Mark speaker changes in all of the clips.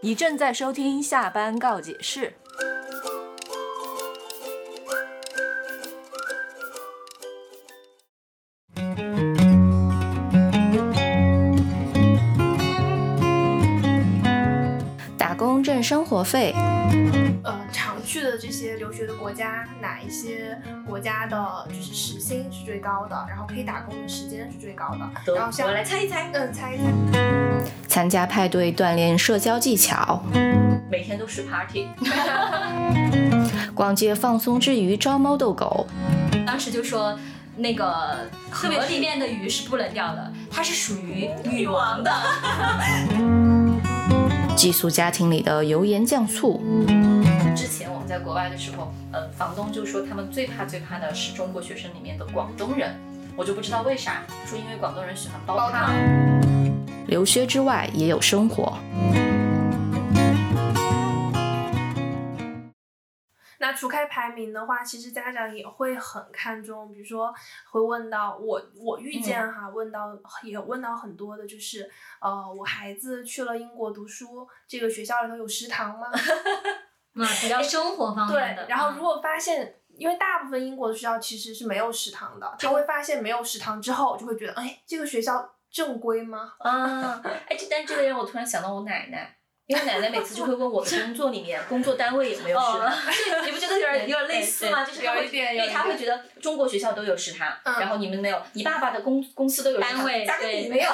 Speaker 1: 你正在收听下班告解室。
Speaker 2: 打工挣生活费，
Speaker 3: 呃常去的这些留学的国家，哪一些国家的就是时薪是最高的，然后可以打工的时间是最高的，
Speaker 4: 都
Speaker 3: 然后像
Speaker 4: 我来猜一猜，
Speaker 3: 嗯猜一猜，
Speaker 2: 参加派对锻炼社交技巧，
Speaker 4: 每天都是 party，
Speaker 2: 逛街放松之余招猫逗狗，
Speaker 5: 当时就说那个河里面的鱼是不能钓的，它是属于女王的。
Speaker 2: 寄宿家庭里的油盐酱醋，
Speaker 4: 之前我们在国外的时候，呃，房东就说他们最怕最怕的是中国学生里面的广东人，我就不知道为啥，说因为广东人喜欢煲
Speaker 3: 煲
Speaker 4: 汤
Speaker 3: 汤。
Speaker 2: 留学之外也有生活。
Speaker 3: 那除开排名的话，其实家长也会很看重，比如说会问到我，我遇见哈，问到也问到很多的，就是呃，我孩子去了英国读书，这个学校里头有食堂吗？
Speaker 5: 嗯，比较生活方面的。嗯
Speaker 3: 对，然
Speaker 4: 嗯
Speaker 3: 后如果发现，因为大部分英国的学校其实是没有食堂的，他会发现没有食堂之后，就会觉得，哎，这个学校正规吗？
Speaker 4: 啊，哎，这但这个让我突然想到我奶奶，因为我奶奶每次就会问我的工作里面工作单位有没有食 堂，对你不觉得有点有点类似吗？就是她
Speaker 3: 有
Speaker 4: 会
Speaker 3: 一点
Speaker 4: 因
Speaker 3: 有
Speaker 4: 为
Speaker 3: 一
Speaker 4: 她会
Speaker 3: 点
Speaker 4: 觉得中国学校都有食堂，
Speaker 3: 嗯
Speaker 4: 然后你们没有，你爸爸的公公司都有食堂
Speaker 5: 单位
Speaker 4: 咋个
Speaker 5: 对
Speaker 4: 你没有？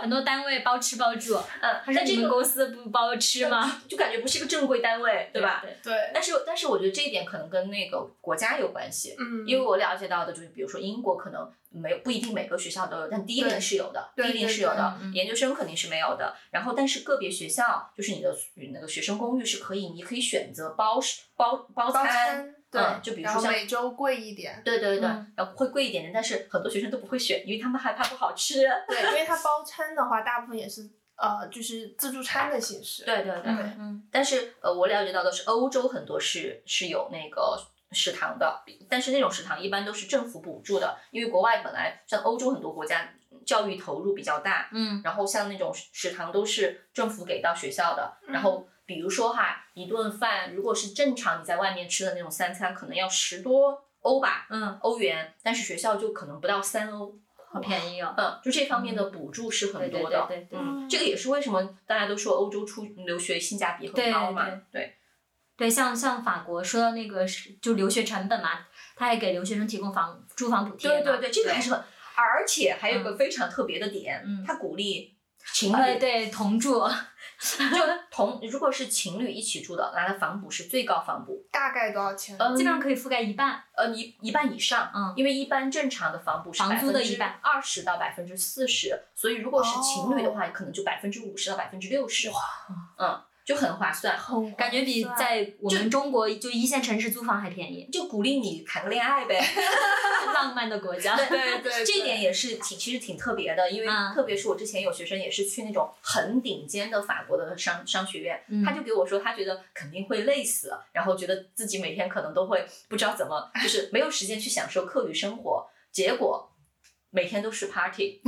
Speaker 5: 很多单位包吃包住，
Speaker 4: 嗯，
Speaker 5: 他说
Speaker 4: 那这
Speaker 5: 你
Speaker 4: 个
Speaker 5: 们公司不包吃吗？
Speaker 4: 就感觉不是一个正规单位，对吧？？
Speaker 3: 对，
Speaker 4: 但是但是我觉得这一点可能跟那个国家有关系，
Speaker 3: 嗯，
Speaker 4: 因为我了解到的就是，比如说英国可能没有不一定每个学校都有，但第一名
Speaker 3: 对
Speaker 4: 是有的，第
Speaker 3: 对
Speaker 4: 一名
Speaker 3: 对
Speaker 4: 是有的
Speaker 5: 对嗯，嗯
Speaker 4: 研究生肯定是没有的。然后但是个别学校就是你的那个学生公寓是可以，你可以选择包包包
Speaker 3: 包
Speaker 4: 餐，
Speaker 3: 餐，对，
Speaker 4: 嗯就比如
Speaker 3: 然
Speaker 4: 说
Speaker 3: 后
Speaker 4: 像
Speaker 3: 每周贵一点，
Speaker 4: 对对对
Speaker 5: 嗯，
Speaker 4: 然后会贵一点点，但是很多学生都不会选，因为他们害怕不好吃。
Speaker 3: 对，因为它包餐的话，大部分也是呃，就是自助餐的形式，
Speaker 4: 对对对，
Speaker 5: 嗯嗯，
Speaker 4: 但是呃，我了解到的是，欧洲很多是是有那个食堂的，但是那种食堂一般都是政府补助的，因为国外本来像欧洲很多国家教育投入比较大，
Speaker 5: 嗯，
Speaker 4: 然后像那种食堂都是政府给到学校的，然后。比如说哈，一顿饭如果是正常你在外面吃的那种三餐，可能要十多欧吧，
Speaker 5: 嗯，
Speaker 4: 欧元，但是学校就可能不到三欧，
Speaker 5: 好便宜哦。
Speaker 4: 嗯，就这方面的补助是很多的，
Speaker 5: 对对对对对
Speaker 4: 嗯，这个也是为什么大家都说欧洲出留学性价比很高嘛，
Speaker 5: 对
Speaker 4: 对
Speaker 5: 对，像像法国说到那个是就留学成本嘛，他还给留学生提供房住房补贴
Speaker 4: 对
Speaker 5: 呢。
Speaker 4: 对对，这个还是很，而且还有一个非常特别的点，
Speaker 5: 嗯
Speaker 4: 他鼓励情
Speaker 5: 呃
Speaker 4: 侣
Speaker 5: 对同住，
Speaker 4: 就同，如果是情侣一起住的，拿的房补是最高房补，
Speaker 3: 大概多少钱？
Speaker 4: 嗯
Speaker 5: 基本上可以覆盖一半。
Speaker 4: 呃一一半以上，
Speaker 5: 嗯
Speaker 4: 因为一般正常的房补是
Speaker 5: 房租的一半
Speaker 4: 二十到百分之四十，所以如果是情侣的
Speaker 5: 哦
Speaker 4: 话，可能就百分之五十到百分之六十，嗯，就很划算。
Speaker 3: 很
Speaker 5: 感觉比
Speaker 3: 划算
Speaker 5: 在我们中国就一线城市租房还 便宜，
Speaker 4: 就鼓励你谈个恋爱呗，
Speaker 5: 浪漫的国 家。
Speaker 3: 对对，
Speaker 4: 这
Speaker 3: 对
Speaker 4: 点也是挺，其实挺特别的，因为
Speaker 5: 嗯
Speaker 4: 特别是我之前有学生也是去那种很顶尖的法国的商商学院，
Speaker 5: 嗯
Speaker 4: 他就给我说，他觉得肯定会累死，然后觉得自己每天可能都会不知道怎么，就是没有时间去享受课余生活，结果每天都是 party，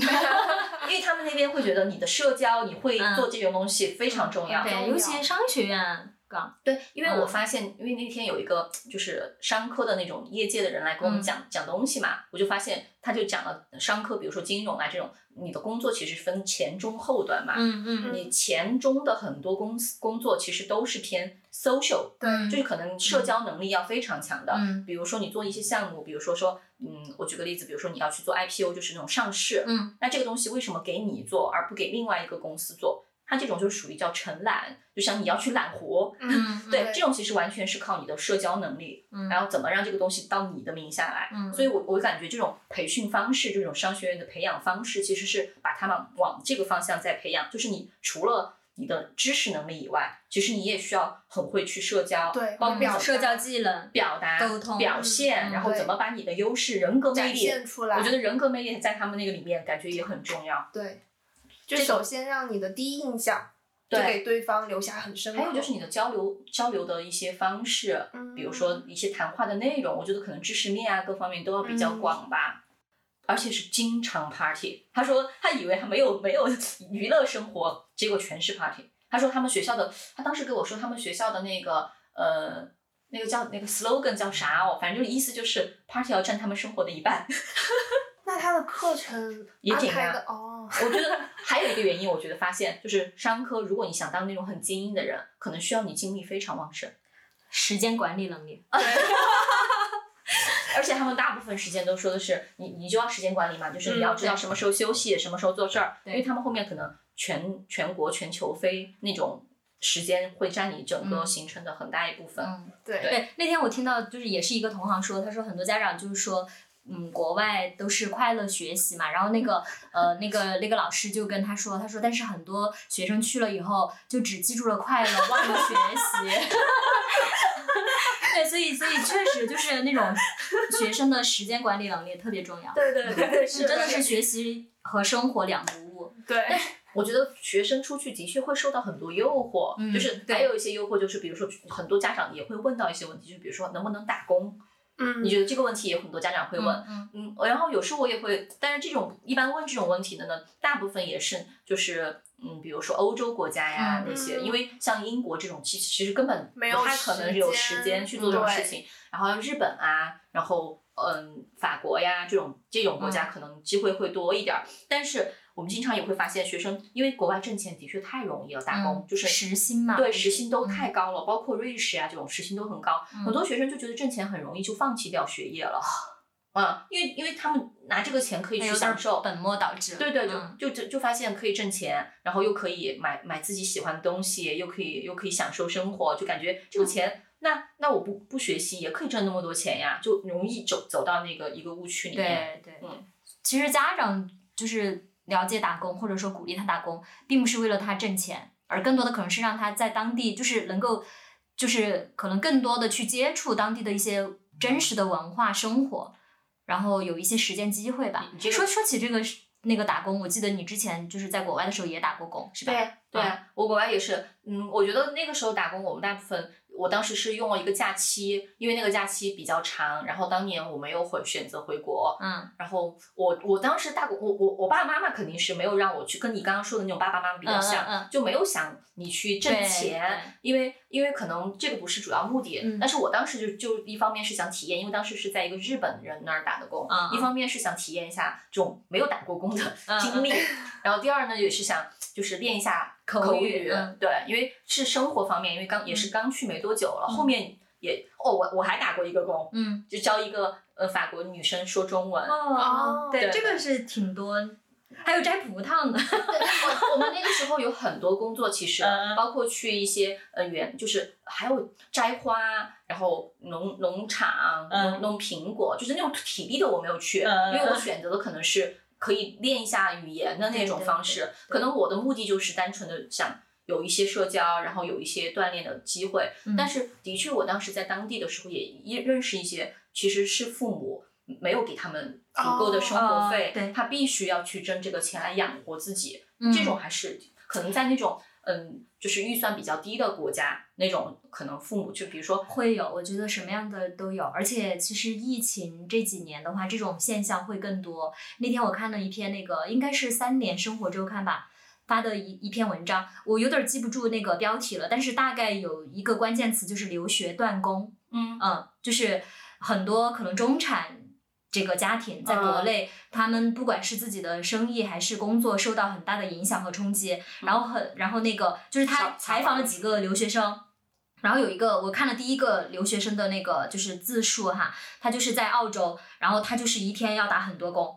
Speaker 4: 因为他们那边会觉得你的社交，你会
Speaker 5: 嗯
Speaker 4: 做这种东西非常重要。
Speaker 5: 对，尤其商学院岗，
Speaker 4: 对，因为我
Speaker 5: 嗯
Speaker 4: 发现，因为那天有一个就是商科的那种业界的人来跟
Speaker 5: 嗯
Speaker 4: 我们讲、讲东西嘛，我就发现他就讲了商科，比如说金融啊这种，你的工作其实分前中后端嘛。
Speaker 5: 嗯嗯，
Speaker 4: 你前中的很多公司工作其实都是偏 social，
Speaker 5: 对
Speaker 4: 就是可能社交能力要非常强的。
Speaker 5: 嗯
Speaker 4: 比如说你做一些项目，比如说说，嗯，我举个例子，比如说你要去做 IPO，就是那种上市，
Speaker 5: 嗯，
Speaker 4: 那这个东西为什么给你做而不给另外一个公司做？它这种就属于叫承揽，就像你要去揽活，
Speaker 5: 嗯
Speaker 4: 对，
Speaker 3: 对
Speaker 4: 这种其实完全是靠你的社交能力，
Speaker 5: 嗯
Speaker 4: 然后怎么让这个东西到你的名下来。
Speaker 5: 嗯
Speaker 4: 所以我我感觉这种培训方式，这种商学院的培养方式，其实是把他们往这个方向在培养。就是你除了你的知识能力以外，其实你也需要很会去社交，
Speaker 3: 对
Speaker 4: 包括
Speaker 3: 表
Speaker 4: 怎么
Speaker 5: 社交技能，
Speaker 4: 表达、
Speaker 5: 沟通
Speaker 4: 表现，
Speaker 5: 嗯
Speaker 4: 然后
Speaker 3: 对
Speaker 4: 怎么把你的优势、人格魅
Speaker 3: 展
Speaker 4: 力。
Speaker 3: 现出来，
Speaker 4: 我觉得人格魅力在他们那个里面感觉也很重要。
Speaker 3: 对，就
Speaker 4: 这
Speaker 3: 首先让你的第一印象就
Speaker 4: 对
Speaker 3: 给对方留下很深刻。
Speaker 4: 还有就是你的交流交流的一些方式，
Speaker 3: 嗯，
Speaker 4: 比如说一些谈话的内容，我觉得可能知识面啊各方面都要比
Speaker 3: 嗯
Speaker 4: 较广吧。而且是经常 party，他说他以为他没有没有娱乐生活，结果全是 party。他说他们学校的，他当时给我说他们学校的那个呃。那个叫那个 slogan 叫啥哦？反正就是意思就是 party 要占他们生活的一半。
Speaker 3: 那他的课程
Speaker 4: 也
Speaker 3: 安
Speaker 4: 挺
Speaker 3: 排
Speaker 4: 大
Speaker 3: 的哦，
Speaker 4: 我觉得还有一个原因，我觉得发现就是商科，如果你想当那种很精英的人，可能需要你精力非常旺盛，
Speaker 5: 时间管理能力，
Speaker 4: 而且他们大部分时间都说的是你，你就要时间管理嘛，就是你要知道什么时候休息，什么时候做事儿，因
Speaker 5: 嗯对
Speaker 4: 为他们后面可能全全国全球飞那种时间会占你整个
Speaker 5: 嗯
Speaker 4: 行程的很大一部分。
Speaker 5: 嗯，
Speaker 3: 对，
Speaker 5: 对，那天我听到就是也是一个同行说，他说很多家长就是说。嗯，国外都是快乐学习嘛，然后那个呃，那个那个老师就跟他说，他说，但是很多学生去了以后，就只记住了快乐，忘了学习。 对，所以所以确实就是那种学生的时间管理能力特别重要，
Speaker 3: 对对 对，
Speaker 5: 是真的是
Speaker 3: 是，
Speaker 5: 学习和生活两不误。
Speaker 3: 对，
Speaker 4: 我觉得学生出去的确会受到很多诱惑，
Speaker 5: 嗯
Speaker 4: 就是
Speaker 5: 对
Speaker 4: 还有一些诱惑，就是比如说很多家长也会问到一些问题，就比如说能不能打工？
Speaker 3: 嗯，
Speaker 4: 你觉得这个问题也很多家长会问，
Speaker 5: 嗯，
Speaker 4: 嗯，然后有时候我也会，但是这种一般问这种问题的呢，大部分也是就是嗯，比如说欧洲国家呀、
Speaker 5: 嗯
Speaker 4: 那些，
Speaker 3: 嗯
Speaker 4: 因为像英国这种其其实根本
Speaker 3: 没有
Speaker 4: 不太可能有时间去做这种
Speaker 3: 时间
Speaker 4: 事情，然后日本啊，然后嗯法国呀这种这种国家可能机会会多一点儿，但是我们经常也会发现学生因为国外挣钱的确太容易了，打工、
Speaker 5: 嗯
Speaker 4: 就是
Speaker 5: 时薪嘛，
Speaker 4: 对，时薪都太高了，包括瑞士啊这种时薪都很高，
Speaker 5: 嗯
Speaker 4: 很多学生就觉得挣钱很容易，就放弃掉学业了。嗯，因为因为他们拿这个钱可以
Speaker 5: 那
Speaker 4: 去
Speaker 5: 有点
Speaker 4: 享受，
Speaker 5: 本末倒置。
Speaker 4: 对对，就、
Speaker 5: 嗯
Speaker 4: 就就就发现可以挣钱，然后又可以买买自己喜欢的东西，又可以又可以享受生活，就感觉
Speaker 5: 嗯
Speaker 4: 这个钱，那那我不不学习也可以挣那么多钱呀，就容易走走到那个一个误区里面。
Speaker 5: 对对，
Speaker 4: 嗯
Speaker 5: 其实家长就是了解打工，或者说鼓励他打工，并不是为了他挣钱，而更多的可能是让他在当地就是能够，就是可能更多的去接触当地的一些真实的文化生活，然后有一些实践机会吧
Speaker 4: 你。你这个
Speaker 5: 说说起这个是那个打工，我记得你之前就是在国外的时候也打过工，是吧？
Speaker 4: 对对，啊我国外也是，嗯，我觉得那个时候打工，我们大部分，我当时是用了一个假期，因为那个假期比较长，然后当年我没有回选择回国，
Speaker 5: 嗯
Speaker 4: 然后我我当时大工，我我我爸爸妈妈肯定是没有让我去跟你刚刚说的那种爸爸妈妈比较像，
Speaker 5: 嗯嗯嗯
Speaker 4: 就没有想你去挣
Speaker 5: 对
Speaker 4: 钱
Speaker 5: 对，
Speaker 4: 因为因为可能这个不是主要目的，
Speaker 5: 嗯
Speaker 4: 但是我当时就就一方面是想体验，因为当时是在一个日本人那儿打的工，
Speaker 5: 嗯嗯
Speaker 4: 一方面是想体验一下这种没有打过工的
Speaker 5: 嗯
Speaker 4: 经历，然后第二呢也是想就是练一下
Speaker 5: 口
Speaker 4: 口
Speaker 5: 语嗯
Speaker 4: 对，因为是生活方面，因为刚也是刚去没多久了，
Speaker 5: 嗯
Speaker 4: 后面也哦我我还打过一个工，
Speaker 5: 嗯，
Speaker 4: 就教一个呃法国女生说中文。
Speaker 3: 哦
Speaker 5: 对，
Speaker 4: 对
Speaker 5: 这个是挺多，还有摘葡萄呢。
Speaker 4: 我我们那个时候有很多工作，其实
Speaker 5: 嗯
Speaker 4: 包括去一些呃园，就是还有摘花，然后农农场
Speaker 5: 嗯
Speaker 4: 弄弄苹果，就是那种体力的我没有去，
Speaker 5: 嗯
Speaker 4: 因为我选择的可能是可以练一下语言的那种方式。可能我的目的就是单纯的想有一些社交，然后有一些锻炼的机会。
Speaker 5: 嗯
Speaker 4: 但是的确，我当时在当地的时候也也认识一些，其实是父母。没有给他们足够的生活费
Speaker 5: 哦，对
Speaker 4: 他必须要去挣这个钱来养活自己。
Speaker 5: 嗯
Speaker 4: 这种还是可能在那种嗯，就是预算比较低的国家，那种可能父母就比如说
Speaker 5: 会有，我觉得什么样的都有，而且其实疫情这几年的话，这种现象会更多。那天我看了一篇那个应该是《三联生活周刊》吧发的一一篇文章，我有点记不住那个标题了，但是大概有一个关键词就是留学断供，
Speaker 4: 嗯
Speaker 5: 嗯，就是很多可能中产。这个家庭在
Speaker 4: 嗯
Speaker 5: 国内，他们不管是自己的生意还是工作，受到很大的影响和冲击。然后很，然后那个就是他
Speaker 4: 嗯小
Speaker 5: 采访了几个留学生，然后有一个我看了第一个留学生的那个就是自述哈，他就是在澳洲，然后他就是一天要打很多工。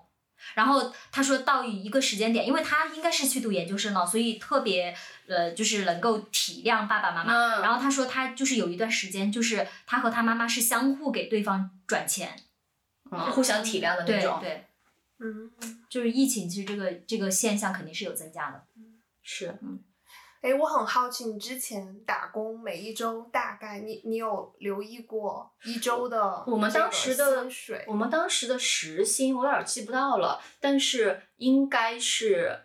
Speaker 5: 然后他说到一个时间点，因为他应该是去读研究生了，所以特别呃，就是能够体谅爸爸妈妈。
Speaker 4: 嗯，
Speaker 5: 然后他说他就是有一段时间，就是他和他妈妈是相互给对方转钱，
Speaker 4: 嗯互相体谅的
Speaker 5: 对
Speaker 4: 那种，
Speaker 5: 对，
Speaker 3: 嗯。
Speaker 5: 就是疫情其实这个这个现象肯定是有增加的。
Speaker 4: 是
Speaker 3: 哎，我很好奇，你之前打工每一周大概你你有留意过一周的
Speaker 4: 我们
Speaker 3: 这
Speaker 4: 当
Speaker 3: 个
Speaker 4: 时的
Speaker 3: 薪水
Speaker 4: 我们当时的时薪我有点记不到了，但是应该是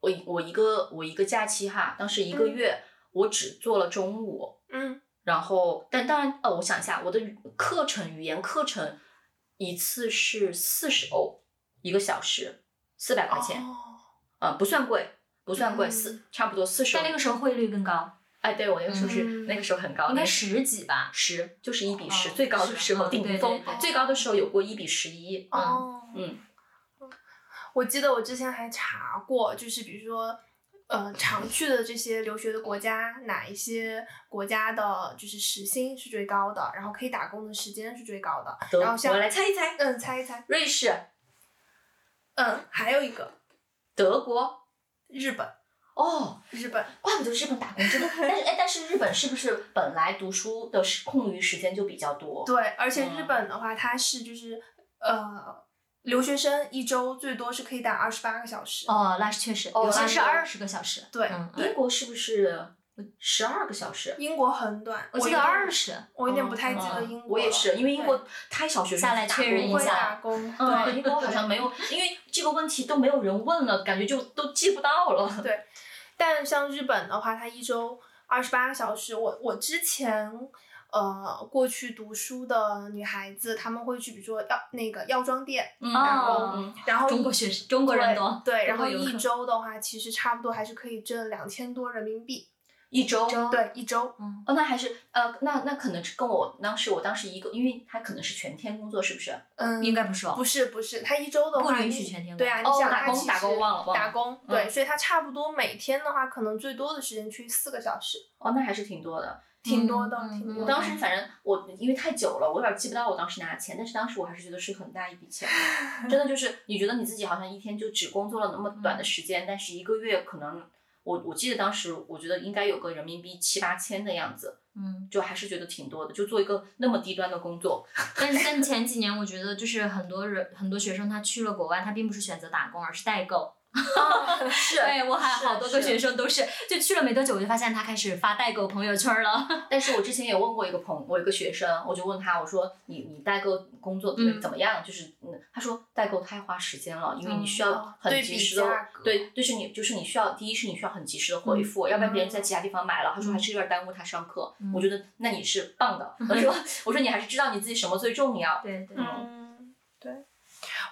Speaker 4: 我我一个我一个假期哈，当时一个
Speaker 3: 嗯
Speaker 4: 月、我只做了中午，
Speaker 3: 嗯
Speaker 4: 然后，但当然，呃，我想一下，我的语课程语言课程一次是四十欧一个小时，四百块钱，
Speaker 3: 哦
Speaker 4: 呃，不算贵，不不算贵，四差不多四十。
Speaker 5: 嗯但那个时候汇率更高，
Speaker 4: 哎，对我那个时候是
Speaker 3: 嗯
Speaker 4: 那个时候很高，
Speaker 5: 应
Speaker 4: 那
Speaker 5: 该
Speaker 4: 个
Speaker 5: 十几吧。
Speaker 4: 十就是一比
Speaker 5: 哦
Speaker 4: 十，最高的时候
Speaker 5: 是
Speaker 4: 顶
Speaker 5: 嗯
Speaker 4: 峰
Speaker 5: 对对对
Speaker 4: 最高的时候有过一比十一。嗯，
Speaker 3: 哦，
Speaker 4: 嗯，
Speaker 3: 我记得我之前还查过，就是比如说，呃，常去的这些留学的国家，哪一些国家的就是时薪是最高的，然后可以打工的时间是最高的。
Speaker 4: 得
Speaker 3: 然后像
Speaker 4: 我来猜一猜，
Speaker 3: 嗯，猜一猜，
Speaker 4: 瑞士、
Speaker 3: 嗯，还有一个
Speaker 4: 德国。
Speaker 3: 日本，
Speaker 4: 哦，
Speaker 3: 日本，
Speaker 4: 怪不得日本打工真的，但是哎，但是日本是不是本来读书的时空余时间就比较多？
Speaker 3: 对，而且日
Speaker 4: 嗯
Speaker 3: 本的话，它是就是呃，留学生一周最多是可以打二十八个小时。
Speaker 5: 哦，那是确实，
Speaker 4: 哦
Speaker 5: 有些
Speaker 4: 那
Speaker 5: 是
Speaker 4: 是
Speaker 5: 二十个小时。
Speaker 3: 对
Speaker 5: 嗯，嗯
Speaker 4: 英国是不是十二个小时？
Speaker 3: 英国很短，
Speaker 5: 我记
Speaker 3: 有点
Speaker 5: 得二，十。
Speaker 3: 我有点不太记得
Speaker 4: 嗯
Speaker 3: 英国了。
Speaker 4: 我也是，因为英国
Speaker 3: 对
Speaker 4: 太小学生
Speaker 5: 下来
Speaker 4: 打
Speaker 5: 确
Speaker 4: 工啊
Speaker 5: 认一
Speaker 3: 不会
Speaker 5: 下
Speaker 3: 打工，
Speaker 5: 嗯
Speaker 4: 对，英国好像没有，哦因为这个问题都没有人问了，感觉就都记不到了。
Speaker 3: 但像日本的话，它一周二十八个小时。我我之前呃过去读书的女孩子，她们会去比如说药那个药妆店，
Speaker 4: 嗯
Speaker 5: 哦
Speaker 4: 嗯
Speaker 3: 然后
Speaker 5: 中国
Speaker 3: 一
Speaker 5: 学生，中国人
Speaker 3: 对
Speaker 5: 多。
Speaker 3: 对，然
Speaker 5: 中
Speaker 3: 后
Speaker 5: 国游
Speaker 3: 一
Speaker 5: 客
Speaker 3: 周的话，其实差不多还是可以挣两千多人民币。
Speaker 4: 一周。哦，
Speaker 3: 对，一周。
Speaker 5: 嗯，
Speaker 4: 那还是呃，那那可能是跟我当时我当时一个，因为他可能是全天工作，是不是？
Speaker 3: 嗯，
Speaker 5: 应该不是哦。
Speaker 3: 不是不是，他一周的
Speaker 5: 不
Speaker 3: 话
Speaker 5: 允
Speaker 3: 你
Speaker 5: 许全天
Speaker 3: 对啊，
Speaker 5: 工
Speaker 3: 你
Speaker 4: 作
Speaker 3: 想
Speaker 4: 哦打
Speaker 3: 他
Speaker 4: 工
Speaker 3: 其
Speaker 4: 打
Speaker 3: 实
Speaker 4: 工忘了忘
Speaker 3: 打
Speaker 4: 了
Speaker 3: 工，
Speaker 4: 嗯
Speaker 3: 对，所以他差不多每天的话，可能最多的时间去四个小时，
Speaker 4: 哦，那还是挺多的。
Speaker 3: 挺多的，
Speaker 5: 嗯
Speaker 3: 挺
Speaker 5: 嗯
Speaker 3: 多
Speaker 4: 我
Speaker 3: 的。
Speaker 4: 当时反正我因为太久了，我有点记不到我当时拿的钱，但是当时我还是觉得是很大一笔钱， 真的就是你觉得你自己好像一天就只工作了那么短的时间，但是一个月可能我我记得当时我觉得应该有个人民币七八千的样子，
Speaker 5: 嗯，
Speaker 4: 就还是觉得挺多的，就做一个那么低端的工作，
Speaker 5: 但但前几年我觉得就是很多人很多学生他去了国外，他并不是选择打工，而是代购。
Speaker 4: 是
Speaker 5: 对我还
Speaker 4: 是
Speaker 5: 好多个
Speaker 4: 是
Speaker 5: 学生都是，就去了没多久，我就发现他开始发代购朋友圈了。
Speaker 4: 但是我之前也问过一个朋我一个学生，我就问他，我说你你代购工作
Speaker 5: 嗯
Speaker 4: 怎么样？就是嗯，他说代购太花时间了，因为你需
Speaker 3: 哦
Speaker 4: 要
Speaker 3: 对比
Speaker 4: 很及时的
Speaker 3: 价，格
Speaker 4: 对，就是你就是你需要，第一是你需要很及时的回复，要不然别人在其他地方买了，他说还是有点耽误他上课。我觉得那你是棒的，我说我说你还是知道你自己什么最重要。
Speaker 5: 对对
Speaker 3: 嗯，对。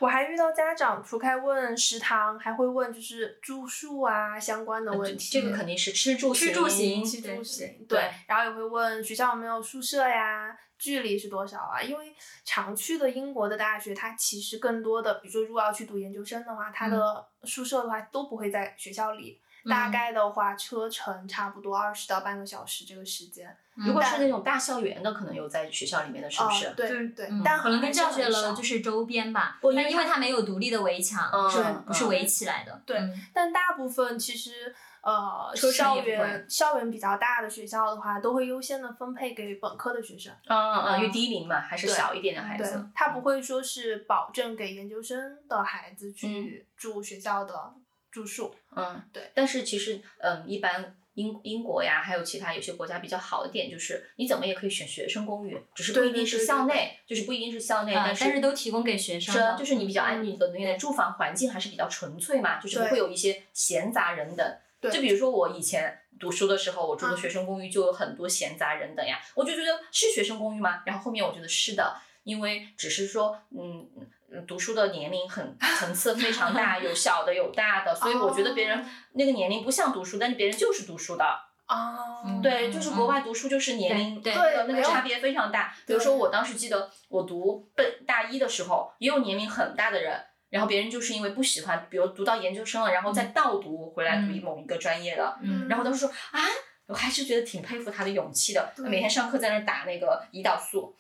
Speaker 3: 我还遇到家长，除开问食堂，还会问就是住宿啊相关的问题。
Speaker 4: 呃这个肯定是吃住
Speaker 5: 吃住行
Speaker 3: 嗯吃
Speaker 5: 对
Speaker 3: 住行，
Speaker 4: 对
Speaker 3: 对，然后也会问学校有没有宿舍呀，距离是多少啊？因为常去的英国的大学，它其实更多的，比如说如果要去读研究生的话，
Speaker 4: 嗯
Speaker 3: 它的宿舍的话都不会在学校里，大
Speaker 5: 嗯
Speaker 3: 概的话车程差不多二十到半个小时这个时间，
Speaker 4: 如果
Speaker 3: 但
Speaker 4: 是那种大校园的，可能有在学校里面的，是不是？
Speaker 3: 哦对
Speaker 5: 嗯
Speaker 3: 对
Speaker 4: 嗯，
Speaker 3: 但
Speaker 5: 可能跟
Speaker 3: 还是
Speaker 5: 教学
Speaker 3: 很少
Speaker 5: 楼就是周边吧，
Speaker 4: 不因
Speaker 5: 但
Speaker 4: 为
Speaker 5: 因为
Speaker 4: 它
Speaker 5: 它没有独立的围墙，
Speaker 4: 嗯
Speaker 5: 是
Speaker 4: 嗯
Speaker 5: 不是围起来的？
Speaker 3: 对
Speaker 5: 嗯
Speaker 3: 但大部分其实呃，
Speaker 4: 车程
Speaker 3: 校
Speaker 4: 也不
Speaker 3: 园
Speaker 4: 会
Speaker 3: 校园比较大的学校的话，都会优先的分配给本科的学生。
Speaker 4: 嗯嗯嗯，因为低龄嘛，还是
Speaker 3: 对
Speaker 4: 小一点的孩
Speaker 3: 对
Speaker 4: 子。，嗯
Speaker 3: 他不会说是保证给研究生的孩子去住学校的住宿。
Speaker 4: 嗯，
Speaker 3: 对。
Speaker 4: 但是其实，嗯，一般英英国呀，还有其他有些国家比较好的点就是，你怎么也可以选学生公寓，只是不
Speaker 3: 对
Speaker 4: 一定
Speaker 3: 对
Speaker 4: 是
Speaker 3: 对
Speaker 4: 校
Speaker 3: 对
Speaker 4: 内，就是不一定是校内，
Speaker 5: 啊
Speaker 4: 但
Speaker 5: 但是都提供给学生
Speaker 4: 生
Speaker 5: 的
Speaker 4: 就是你比较安
Speaker 3: 嗯
Speaker 4: 逸的那个住房环境还是比较纯粹嘛，就是不
Speaker 3: 对
Speaker 4: 会有一些闲杂人等。
Speaker 3: 对
Speaker 4: 就比如说我以前读书的时候，我住的
Speaker 3: 嗯
Speaker 4: 学生公寓就有很多闲杂人等呀，我就觉得是学生公寓吗？然后后面我觉得是的，因为只是说，嗯。嗯读书的年龄很层次非常大，有小的有大的，所以我觉得别人
Speaker 3: 哦
Speaker 4: 那个年龄不像读书，但是别人就是读书的，
Speaker 3: 啊
Speaker 5: 嗯
Speaker 4: 对，就是国外读书就是年龄
Speaker 5: 对
Speaker 3: 对
Speaker 4: 那个那
Speaker 3: 没
Speaker 4: 个
Speaker 3: 有
Speaker 4: 差别非常大。比如说
Speaker 3: 对
Speaker 4: 我当时记得我读本大一的时候，也有年龄很大的人，然后别人就是因为不喜欢，比如读到研究生了，然后再倒读回来读一
Speaker 5: 嗯
Speaker 4: 某一个专业的，
Speaker 5: 嗯
Speaker 4: 然后当时说啊。我还是觉得挺佩服他的勇气的，
Speaker 3: 对
Speaker 4: 每天上课在那儿打那个胰岛素，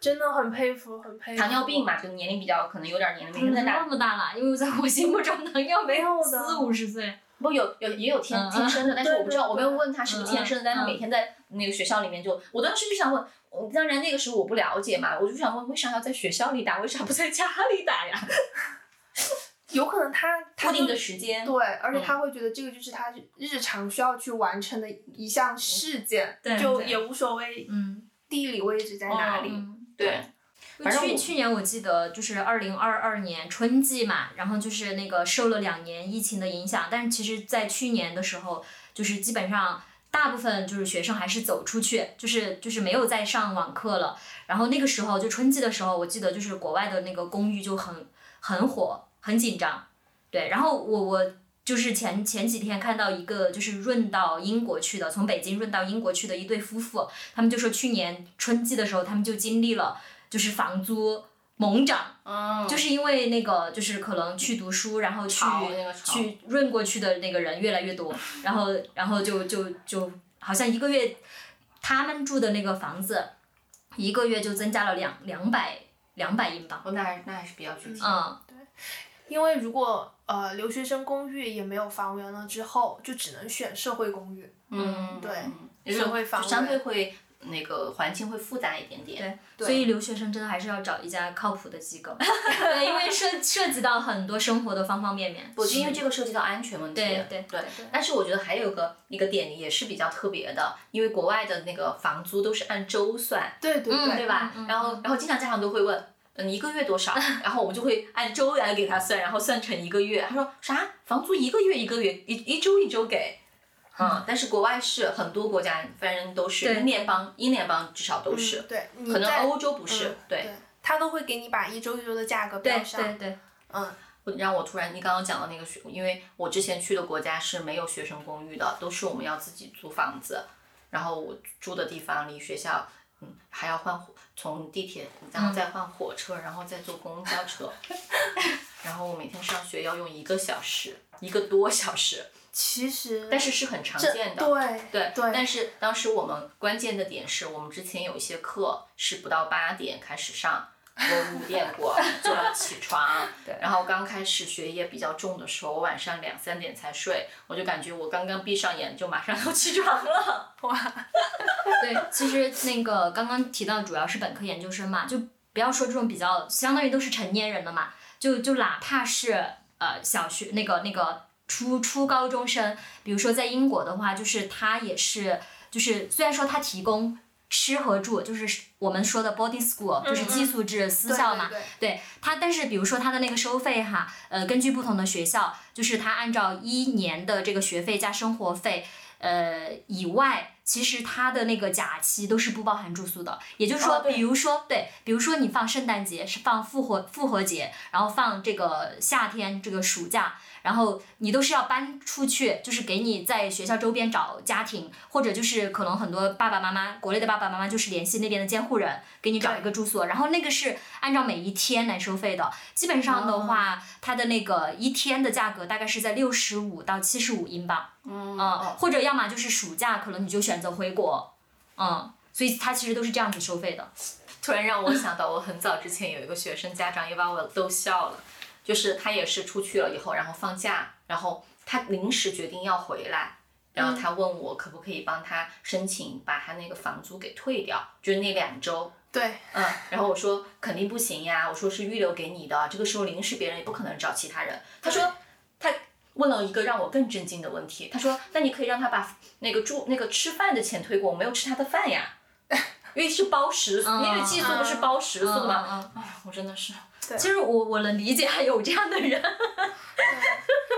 Speaker 3: 真的很佩服，很佩服。
Speaker 4: 糖尿病嘛，就年龄比较可能有点年龄，每天
Speaker 5: 糖
Speaker 4: 在
Speaker 5: 尿
Speaker 4: 打
Speaker 5: 那么大了，因为在我心目中糖尿病
Speaker 3: 没有的
Speaker 5: 四五十岁，
Speaker 4: 不有有也有天
Speaker 5: 嗯
Speaker 4: 天生的，但是我不知道，
Speaker 3: 对
Speaker 4: 我没有问他是不是天生的，但他
Speaker 5: 嗯
Speaker 4: 每天在那个学校里面就，我当时就想问，我当然那个时候我不了解嘛，我就想问为啥要在学校里打，为啥不在家里打呀？
Speaker 3: 有可能他他
Speaker 4: 固定
Speaker 3: 就
Speaker 4: 的时间，
Speaker 3: 对，而且
Speaker 4: 嗯
Speaker 3: 他会觉得这个就是他日常需要去完成的一项事件，
Speaker 5: 对
Speaker 3: 就
Speaker 5: 对
Speaker 3: 也无所谓
Speaker 5: 嗯，
Speaker 3: 地理位置在哪里。
Speaker 5: 嗯。
Speaker 4: 对，反正
Speaker 5: 去
Speaker 4: 我
Speaker 5: 去年我记得就是二零二二年春季嘛，然后就是那个受了两年疫情的影响，但是其实，在去年的时候，就是基本上大部分就是学生还是走出去，就是就是没有再上网课了。然后那个时候就春季的时候，我记得就是国外的那个公寓就很很火，很紧张。对，然后我我就是前前几天看到一个就是润到英国去的，从北京润到英国去的一对夫妇，他们就说去年春季的时候，他们就经历了就是房租猛涨，
Speaker 4: 嗯，
Speaker 5: 就是因为那个，就是可能去读书，然后去
Speaker 4: 潮那个潮
Speaker 5: 去润过去的那个人越来越多，然后然后就就就好像一个月，他们住的那个房子，一个月就增加了两两百两百英镑，
Speaker 4: 哦，那还那还是比较具体。
Speaker 5: 嗯，
Speaker 3: 因为如果呃留学生公寓也没有房源了之后，就只能选社会公寓。
Speaker 4: 嗯，
Speaker 3: 对
Speaker 4: 也
Speaker 3: 社会房
Speaker 4: 就相
Speaker 3: 源
Speaker 4: 对会那个环境会复杂一点点。
Speaker 3: 对
Speaker 5: 所以留学生真的还是要找一家靠谱的机构， 对，因为涉涉及到很多生活的方方面面，
Speaker 4: 不，就因为这个涉及到安全问题。
Speaker 5: 对对
Speaker 4: 对。但是我觉得还有个一个点也是比较特别的，因为国外的那个房租都是按周算，
Speaker 3: 对对
Speaker 5: 嗯
Speaker 3: 对
Speaker 4: 对吧？
Speaker 5: 嗯嗯
Speaker 4: 然后然后经常家长都会问。嗯，一个月 多少？然后我们就会按周来给他算，然后算成一个月。他说啥？房租一个月一个月，一一周一周给。嗯，但是国外是很多国家，反正都是
Speaker 5: 对
Speaker 4: 英联邦，英联邦至少都是，
Speaker 3: 嗯对，你
Speaker 4: 可能
Speaker 3: 在
Speaker 4: 欧洲不是。
Speaker 3: 嗯对，他都会给你把一周一周的价格
Speaker 5: 对
Speaker 3: 标上。
Speaker 5: 对对，
Speaker 4: 让我突然，你刚刚讲到那个学，因为我之前去的国家是没有学生公寓的，都是我们要自己租房子。然后我住的地方离学校，嗯，还要换火，从地铁，然后再换火车，然后再坐公交车。然后我每天上学要用一个小时，一个多小时，
Speaker 3: 其实
Speaker 4: 但是是很常
Speaker 3: 这
Speaker 4: 见的。
Speaker 3: 对
Speaker 4: 对，
Speaker 3: 对
Speaker 4: 但是当时我们关键的点是我们之前有一些课是不到八点开始上，我五点过 就要起床，
Speaker 5: 对
Speaker 4: 然后刚开始学业比较重的时候，我晚上两三点才睡，我就感觉我刚刚闭上眼就马上要 起床了。
Speaker 5: 对，其实那个刚刚提到主要是本科研究生嘛，就不要说这种比较，相当于都是成年人了嘛，就就哪怕是呃小学那个那个初初高中生，比如说在英国的话，就是他也是就是虽然说他提供。吃和住就是我们说的 boarding school，就是寄宿制
Speaker 3: 嗯
Speaker 5: 私
Speaker 3: 对
Speaker 5: 校
Speaker 3: 对
Speaker 5: 嘛，
Speaker 3: 对
Speaker 5: 对它，但是比如说它的那个收费哈，呃，根据不同的学校，就是它按照一年的这个学费加生活费，呃以外，其实它的那个假期都是不包含住宿的。也就是说，
Speaker 4: 哦对
Speaker 5: 比如说对，比如说你放圣诞节是放复活复活节，然后放这个夏天这个暑假，然后你都是要搬出去，就是给你在学校周边找家庭，或者就是可能很多爸爸妈妈，国内的爸爸妈妈就是联系那边的监护人，给你找一个住所，然后那个是按照每一天来收费的，基本上的话，它的那个一天的价格大概是在六十五到七十五英镑，嗯、或者要么就是暑假可能你就选择回国，嗯，所以它其实都是这样子收费的，
Speaker 4: 突然让我想到，我很早之前有一个学生家长也把我逗笑了，就是他也是出去了以后，然后放假，然后他临时决定要回来。然
Speaker 5: 嗯
Speaker 4: 后他问我可不可以帮他申请把他那个房租给退掉，就是那两周，
Speaker 3: 对
Speaker 4: 嗯，然后我说肯定不行呀，我说是预留给你的，这个时候临时别人也不可能找其他人。他说他问了一个让我更震惊的问题，他说那你可以让他把那个住那个吃饭的钱退给我，我没有吃他的饭 呀，因为是包食宿，
Speaker 5: 嗯
Speaker 4: 因为寄宿不是包食宿
Speaker 5: 嗯
Speaker 4: 嘛。
Speaker 5: 嗯嗯，
Speaker 4: 哎我真的是，
Speaker 5: 其实我我能理解还有这样的人，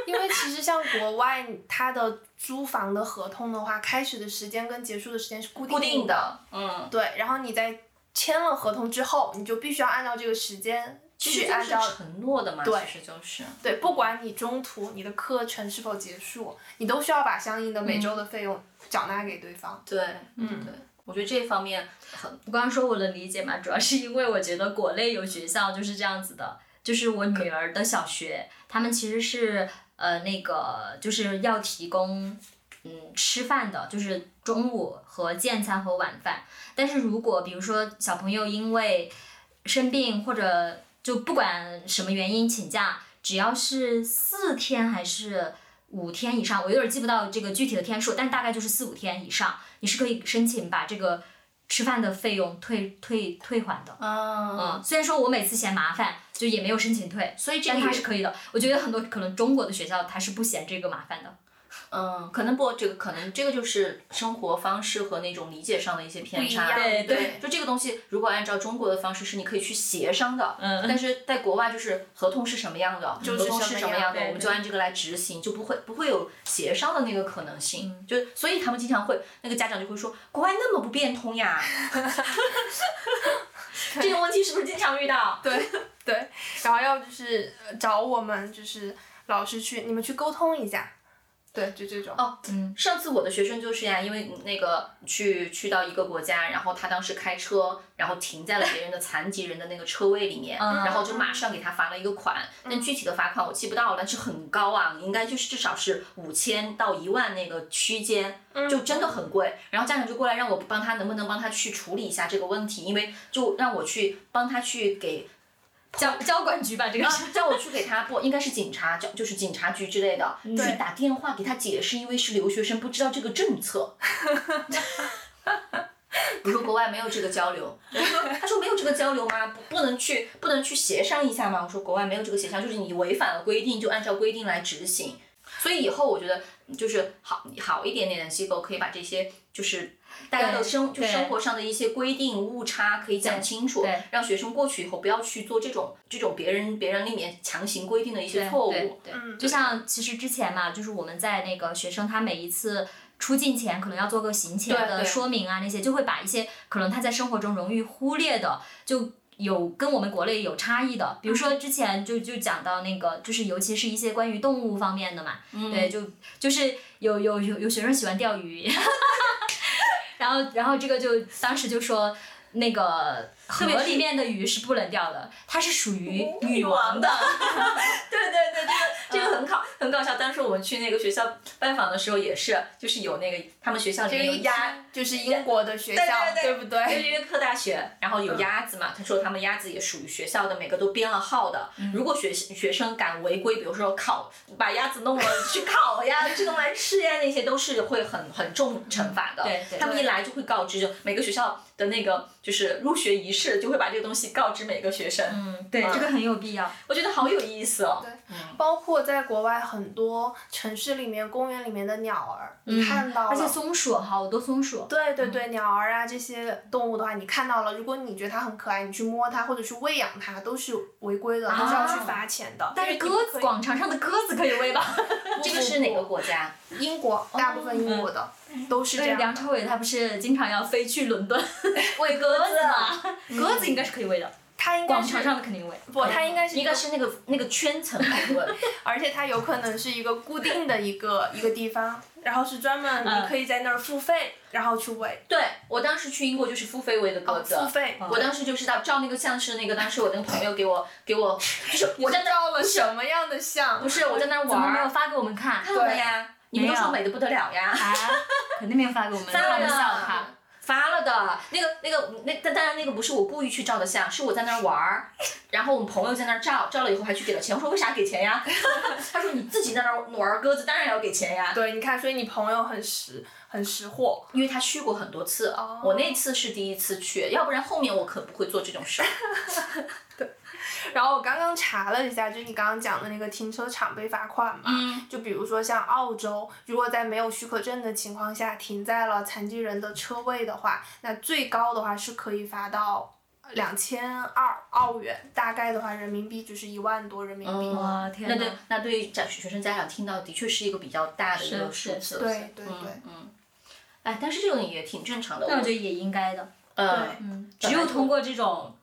Speaker 3: 因为其实像国外，它的租房的合同的话，开始的时间跟结束的时间是固定
Speaker 4: 固定。的，嗯，
Speaker 3: 对，然后你在签了合同之后，你就必须要按照这个时间
Speaker 4: 其实
Speaker 3: 去
Speaker 4: 就
Speaker 3: 按
Speaker 4: 是
Speaker 3: 照。
Speaker 4: 承诺的嘛，
Speaker 3: 对
Speaker 4: 其实就是，
Speaker 3: 对，不管你中途你的课程是否结束，你都需要把相应的每
Speaker 4: 嗯
Speaker 3: 周的费用缴纳给对方。
Speaker 4: 对，嗯，对，我觉得这方面很
Speaker 5: 我刚刚说我能理解嘛，主要是因为我觉得国内有学校就是这样子的，就是我女儿的小学，他们其实是呃那个就是要提供嗯吃饭的，就是中午和间餐和晚饭。但是如果比如说小朋友因为生病或者就不管什么原因请假，只要是四天还是五天以上，我有点记不到这个具体的天数，但大概就是四五天以上，你是可以申请把这个吃饭的费用退退退还的。
Speaker 4: 嗯
Speaker 5: 嗯，虽然说我每次嫌麻烦，就也没有申请退，所以这样它是可以的。我觉得很多可能中国的学校它是不嫌这个麻烦的。
Speaker 4: 嗯，可能不，这个可能这个就是生活方式和那种理解上的一些偏
Speaker 3: 不一
Speaker 4: 差。
Speaker 3: 样
Speaker 5: 对对
Speaker 4: 就这个东西，如果按照中国的方式，是你可以去协商的。
Speaker 5: 嗯
Speaker 4: 但是在国外，就是合同是什么样的，
Speaker 3: 就是
Speaker 4: 合同是
Speaker 3: 什
Speaker 4: 什
Speaker 3: 么
Speaker 4: 么
Speaker 3: 样
Speaker 4: 样的，
Speaker 5: 对
Speaker 4: 我们
Speaker 5: 对
Speaker 4: 就按这个来执行，就不会不会有协商的那个可能性。
Speaker 3: 嗯
Speaker 4: 就所以 他们经常会，那个家长就会说，国外那么不变通呀。这个问题是不是经常遇到？
Speaker 3: 对对，然后要就是呃找我们就是老师去，你们去沟通一下，对，就这种。
Speaker 4: 哦上次我的学生就是呀，因为那个去去到一个国家，然后他当时开车，然后停在了别人的残疾人的那个车位里面，
Speaker 5: 嗯
Speaker 4: 然后就马上给他罚了一个款，但具体的罚款我记不到了，但是很高啊，应该就是至少是五千到一万那个区间，就真的很贵。然后家长就过来让我帮他，能不能帮他去处理一下这个问题，因为就让我去帮他去给
Speaker 5: 交交管局吧，这个
Speaker 4: 啊
Speaker 5: 是。
Speaker 4: 叫我去给他不应该是警察，就就是警察局之类的，
Speaker 5: 嗯
Speaker 4: 去打电话给他解释，因为是留学生不知道这个政策。 我说国外没有这个交流，他说他说没有这个交流吗？不不能去不能去协商一下吗？我说国外没有这个协商，就是你违反了规定就按照规定来执行。所以以后我觉得就是好好一点点的机构可以把这些就是大家的
Speaker 5: 对
Speaker 4: 生就
Speaker 5: 对
Speaker 4: 生活上的一些规定误差可以讲清楚
Speaker 5: 对对，
Speaker 4: 让学生过去以后不要去做这种这种别人别人里面强行规定的一些错误。
Speaker 5: 对对
Speaker 3: 嗯
Speaker 5: 就像其实之前嘛，就是我们在那个学生他每一次。出境前可能要做个行前
Speaker 4: 对对
Speaker 5: 的说明啊，那些就会把一些可能他在生活中容易忽略的，就有跟我们国内有差异的。比如说之前就就讲到那个，就是尤其是一些关于动物方面的嘛，
Speaker 4: 嗯
Speaker 5: 对，就就是有有有有学生喜欢钓鱼， 然后然后这个就当时就说那个河
Speaker 4: 别是哦
Speaker 5: 里面的鱼是不能钓的，它是属于女王的。
Speaker 4: 对对对，这个这个
Speaker 3: 嗯
Speaker 4: 很搞很搞笑。当时我们去那个学校拜访的时候，也是就是有那个他们学校里
Speaker 3: 这
Speaker 4: 面有
Speaker 3: 个鸭就是英国的学校，
Speaker 4: 对对对
Speaker 3: 不
Speaker 4: 对，
Speaker 3: 对？
Speaker 4: 因为科大学，然后有
Speaker 5: 嗯
Speaker 4: 鸭子嘛，他说他们鸭子也属于学校的，每个都编了号的。
Speaker 5: 嗯
Speaker 4: 如果学学生敢违规，比如说烤，把鸭子弄 了去烤呀，去弄来吃呀，那些都是会很很重惩罚的。
Speaker 5: 对对
Speaker 4: 他们一来就会告知，就每个学校的那个就是入学仪式，就会把这个东西告知每个学生。
Speaker 5: 嗯，对，这个很有必要。
Speaker 4: 我觉得好有意思哦。
Speaker 3: 包括在国外很多城市里面、公园里面的鸟儿，你看到了。
Speaker 5: 嗯而且松鼠好多松鼠，
Speaker 3: 对对对，鸟儿啊这些动物的话，你看到了，如果你觉得它很可爱，你去摸它或者去喂养它，都是违规的，都是要去罚钱的。
Speaker 5: 啊但是鸽子广场上的鸽子可以 喂吧？
Speaker 4: 这个是哪个国家？
Speaker 3: 英国大部分英国的、都是这
Speaker 5: 嗯对，
Speaker 3: 样的。
Speaker 5: 梁朝伟他不是经常要飞去伦敦
Speaker 4: 喂鸽
Speaker 5: 鸽子嘛？鸽子应该是可以喂的，
Speaker 3: 它应该
Speaker 5: 广
Speaker 3: 是
Speaker 5: 场上的肯定喂。
Speaker 3: 不，它应该是
Speaker 4: 应该是那个那个圈层 来问，
Speaker 3: 而且它有可能是一个固定的一个一个地方，然后是专门
Speaker 5: 嗯
Speaker 3: 你可以在那儿付费，然后去喂
Speaker 4: 对我当时去英国就是付费喂的鸽
Speaker 5: 哦
Speaker 4: 子，
Speaker 3: 付费。
Speaker 5: 嗯
Speaker 4: 我当时就是到照那个像是那个，当时我那个朋友给我给我，就是我在那
Speaker 3: 招了什么样的象？
Speaker 4: 不是我在那儿
Speaker 5: 怎
Speaker 4: 玩
Speaker 5: 么没有
Speaker 4: 儿，
Speaker 5: 发给我们看？
Speaker 4: 看了呀，你们都说美的不得了呀，
Speaker 5: 啊，肯定没有发给我 们，
Speaker 4: 发
Speaker 5: 让我
Speaker 4: 了
Speaker 5: 们笑
Speaker 4: 的
Speaker 5: 他。，
Speaker 4: 发了的，那个那个那但当然那个不是我故意去照的相，是我在那儿玩儿，然后我们朋友在那儿照，照了以后还去给了钱，我说为啥给钱呀？ 他说你自己在那儿玩儿鸽子，当然要给钱呀，
Speaker 3: 对，你看，所以你朋友很识很识货。
Speaker 4: 因为他去过很多次，
Speaker 5: 哦
Speaker 4: 我那次是第一次去，要不然后面我可不会做这种事儿。
Speaker 3: 然后我刚刚查了一下，就是你刚刚讲的那个停车场被罚款嘛，
Speaker 5: 嗯
Speaker 3: 就比如说像澳洲，如果在没有许可证的情况下停在了残疾人的车位的话，那最高的话是可以罚到两千二澳元，大概的话人民币就是一万多人民币。
Speaker 5: 哇哦天
Speaker 4: 那
Speaker 5: 哪！
Speaker 4: 对，那对于家学生家长听到的确是一个比较大的一个
Speaker 5: 是
Speaker 4: 数
Speaker 5: 是
Speaker 4: 字。
Speaker 3: 对对对，
Speaker 4: 嗯嗯。哎，但是这种也挺正常的。
Speaker 5: 但我
Speaker 4: 我
Speaker 5: 觉得也应该的。嗯
Speaker 4: 呃，
Speaker 5: 只有通过这种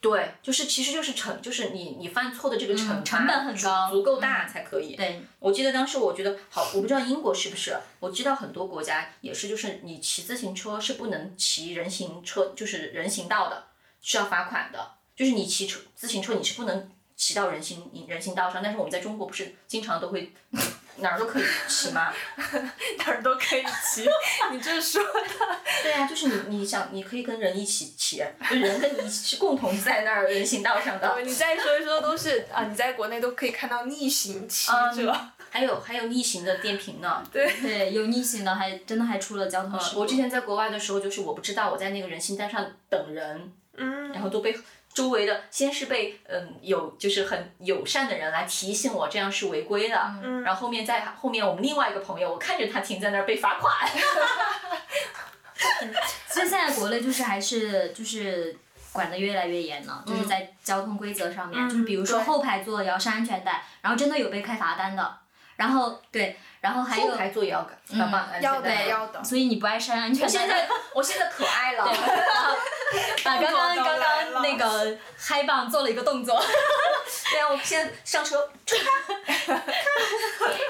Speaker 4: 对，就是其实就是惩，就是你你犯错的这个惩罚、
Speaker 5: 嗯成本很高嗯
Speaker 4: 足够大才可以。
Speaker 5: 对
Speaker 4: 我记得当时我觉得好，我不知道英国是不是，我知道很多国家也是，就是你骑自行车是不能骑人行车，就是人行道的，是要罚款的。就是你骑车自行车你是不能骑到人行人行道上，但是我们在中国不是经常都会 哪儿都可以骑吗？
Speaker 3: 哪儿 都可以骑。 你这说
Speaker 4: 对啊，就是你你想你可以跟人一起骑，就人跟你一起是共同在那儿人行道上的
Speaker 3: 的，。你再说一说都是啊，你在国内都可以看到逆行骑
Speaker 5: 嗯
Speaker 3: 者。
Speaker 4: 还有还有逆行的电瓶呢。
Speaker 5: 对有逆行的，还真的还出了交通事故。
Speaker 4: 呃我之前在国外的时候，就是我不知道我在那个人行单上等人，
Speaker 3: 嗯，
Speaker 4: 然后都被周围的先是被嗯有就是很友善的人来提醒我这样是违规的，
Speaker 3: 嗯
Speaker 4: 然后后面在后面我们另外一个朋友，我看着他停在那儿被罚款。
Speaker 5: 所以现在国内就是还是就是管得越来越严了，就是在交通规则上面，
Speaker 3: 嗯
Speaker 5: 就是比如说
Speaker 3: 对
Speaker 5: 后排座也要上安全带，然后真的有被开罚单的。然后对，然后还有
Speaker 4: 后 排座也要感要绑安
Speaker 3: 嗯要
Speaker 4: 全带
Speaker 3: 的
Speaker 5: 对
Speaker 3: 要的。
Speaker 5: 所以你不爱删安全
Speaker 4: 我
Speaker 5: 带？
Speaker 4: 现在 我现在可爱了，
Speaker 5: 啊，刚刚
Speaker 3: 动作都
Speaker 5: 刚
Speaker 3: 来
Speaker 5: 刚
Speaker 3: 了
Speaker 5: 那个嗨棒做了一个动作，
Speaker 4: 对啊，我现在上车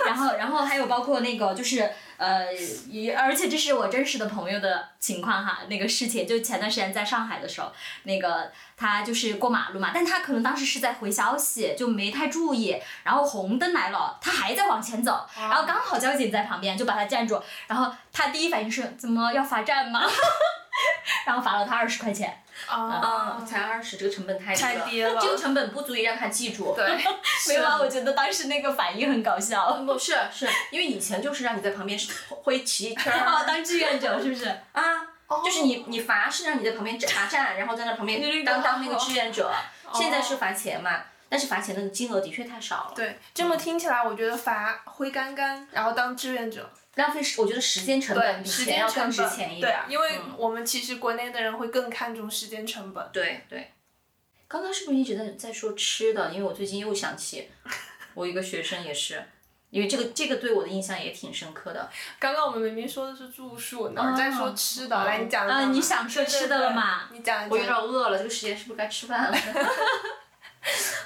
Speaker 5: 然后然后还有包括那个就是呃，也而且这是我真实的朋友的情况哈，那个事情就前段时间在上海的时候，那个他就是过马路嘛，但他可能当时是在回消息，就没太注意，然后红灯来了，他还在往前走，然后刚好交警在旁边就把他站住，然后他第一反应是怎么要罚站吗？ 然后罚了他二十块钱。
Speaker 3: 啊，
Speaker 4: 才二十，这个成本太低
Speaker 3: 太低了
Speaker 4: 这个成本不足以让他记住。
Speaker 3: 对，
Speaker 5: 没有
Speaker 3: 哦
Speaker 5: 啊，我觉得当时那个反应很搞笑。
Speaker 4: 不是是因为以前就是让你在旁边是挥旗圈儿
Speaker 5: 啊，当志愿者是不是？
Speaker 4: 啊，就是你你罚是让你在旁边查站，然后在那旁边当
Speaker 3: 哦
Speaker 4: 当那个志愿者。现在是罚钱嘛，但是罚钱的金额的确太少了。
Speaker 3: 对，这么听起来，我觉得罚挥杆杆，然后当志愿者，
Speaker 4: 浪费时，我觉得时间成本
Speaker 3: 对，
Speaker 4: 比
Speaker 3: 时
Speaker 4: 钱
Speaker 3: 间
Speaker 4: 要
Speaker 3: 成
Speaker 4: 更值
Speaker 3: 本，
Speaker 4: 钱一
Speaker 3: 对
Speaker 4: 点。，
Speaker 3: 因为
Speaker 4: 嗯
Speaker 3: 我们其实国内的人会更看重时间成本。
Speaker 4: 对对。刚刚是不是一直在在说吃的？因为我最近又想起，我一个学生也是，因为这个这个对我的印象也挺深刻的。
Speaker 3: 刚刚我们明明说的是住宿，哪儿在
Speaker 4: 哦
Speaker 3: 说吃的？来，你讲一
Speaker 5: 啊、
Speaker 3: 讲吧
Speaker 5: 你想说吃的了吗？
Speaker 3: 对你讲一
Speaker 4: 我有点
Speaker 3: 讲。
Speaker 4: 饿了，这个时间是不是该吃饭了？